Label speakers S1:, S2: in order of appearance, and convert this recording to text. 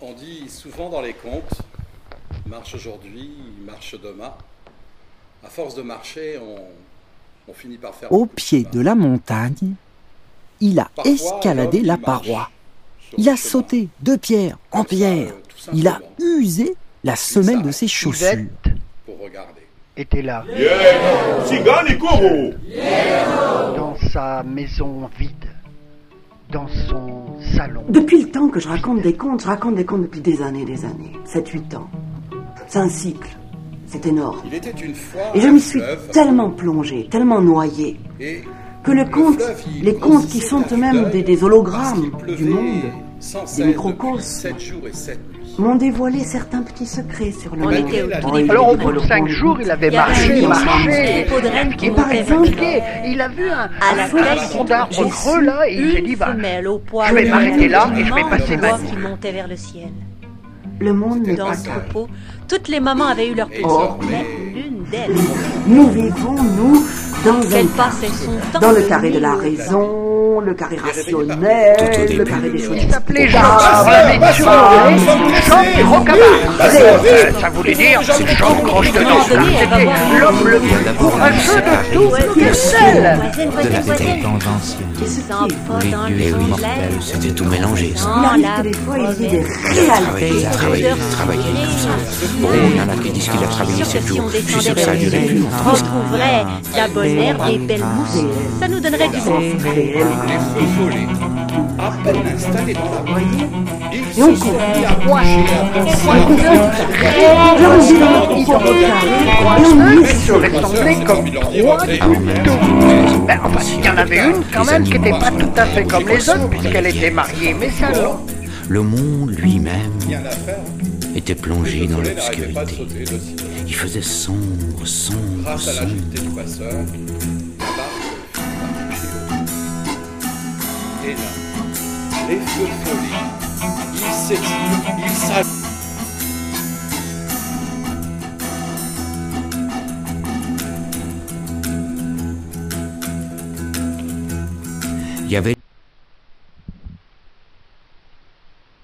S1: On dit souvent dans les contes, marche aujourd'hui, marche demain. À force de marcher, on, on finit par faire.
S2: Au
S1: beaucoup
S2: pied
S1: chemin.
S2: de la montagne, il a
S1: Parfois,
S2: escaladé
S1: l'homme,
S2: la
S1: il marche
S2: paroi.
S1: sur
S2: Il
S1: le
S2: a
S1: chemin.
S2: sauté de pierre en
S1: Comme ça,
S2: pierre.
S1: euh, tout
S2: Il a
S1: simplement,
S2: usé la semelle de ses chaussures.
S3: Yvette
S1: Pour regarder.
S3: était là,
S4: Cigane Koro
S3: dans sa maison vide, dans son salon.
S5: Depuis le temps que je raconte des contes, je raconte des contes depuis des années, des années. 7-8 ans. C'est un cycle. C'est énorme.
S1: Il était une fois.
S5: Et je
S1: un
S5: m'y suis
S1: fleuve,
S5: tellement plongée, tellement noyée,
S1: et
S5: que le conte,
S1: fleuve, il
S5: les contes qui
S1: grossissait
S5: sont
S1: à vue
S5: eux-mêmes
S1: d'œil
S5: des, des hologrammes
S1: parce qu'il
S5: du
S1: pleuvait
S5: monde,
S1: sans cesse
S5: des
S1: depuis
S5: microcosmes.
S1: sept jours et sept nuits.
S5: m'ont dévoilé certains petits secrets sur le
S6: On
S5: monde.
S1: était au tout
S5: Oh, il
S1: début.
S5: est
S3: Alors au
S5: drôle,
S3: bout de
S5: le
S3: cinq
S5: conte.
S3: jours, il avait
S6: Il y avait
S5: un
S3: marché,
S5: lion,
S3: marché,
S5: un
S6: pot de reine
S3: fatigué,
S6: qui roulait
S3: fatigué. Il a vu un,
S6: À
S3: un
S6: la
S3: grand
S1: place,
S3: tronc d'arbre
S6: j'ai
S3: creux là et il s'est dit
S6: Une
S3: bah,
S6: femelle au poil.
S3: je vais
S6: de
S3: m'arrêter
S1: là et je vais
S6: maman,
S1: passer ma
S6: voix
S1: vie.
S6: qui montait vers le ciel.
S5: Le monde n'est
S6: Dans
S5: pas
S6: ce
S1: ça.
S6: troupeau, toutes les mamans avaient eu leur
S1: Et
S6: petit.
S1: désormais,
S6: mais l'une d'elles,
S5: Nous vivons, nous, dans
S6: elle
S5: un
S6: passait son temps
S5: dans le carré de la
S6: mille-
S5: raison, le carré
S3: euh,
S7: Tout au
S5: rationnel, le
S7: début.
S5: carré des choses.
S3: il s'appelait Jean,
S5: Ah,
S3: la mission
S6: Ah,
S3: Jean Rocamart.
S4: Passons,
S3: Euh, Ça voulait dire Jean Croche de Nantes.
S6: Elle va
S3: C'était
S6: voir-
S3: l'homme le plus courageux de tous les sels.
S6: Voisine,
S7: de
S6: voisine,
S7: la
S6: voisine.
S7: convention.
S6: Qu'est-ce que t'en fous
S7: Les
S6: dans le
S7: vieux et
S6: fond de l'air?
S7: mortels, c'était tout mélangé, ça.
S6: Dans
S5: Il
S6: la
S5: arrive que des fois, il y ait des réalités.
S6: province.
S7: Il a travaillé, il a travaillé comme ça. Oh Bon, il y en a qui disent qu'il a travaillé
S6: Sûr que
S7: 7
S6: si on
S7: jours. Je suis
S6: descendait
S7: sûr que ça a duré
S6: vers
S7: plus
S6: le
S7: longtemps.
S6: on trouverait de la bonne herbe et belles mousses. Ça nous donnerait du
S1: Ah,
S6: bon.
S5: sens réel. Ah.
S1: Les folés, à peine installés Ah, ben, dans la boîte, ils se
S5: on
S1: sont
S5: comprend.
S1: mis à bouger, à penser, à
S5: Alors, on dit dans notre propre carré, et on
S3: Ils se
S5: glisse.
S3: ressemblaient comme trois gouttes d'eau. Ben, enfin, il y en avait une quand même qui n'était pas tout à fait comme les autres puisqu'elle était mariée, mais ça alors.
S7: Le monde lui-même
S1: rien à faire.
S7: était plongé dans
S1: Follet n'arrêtait pas de
S7: l'obscurité.
S1: sauter de sitôt.
S7: Il faisait sombre, sombre,
S1: Grâce à
S7: sombre.
S1: l'agilité du passeur, la barque fut arrachée. Et là, les feux de folie, ils s'étirent, ils s'allongent.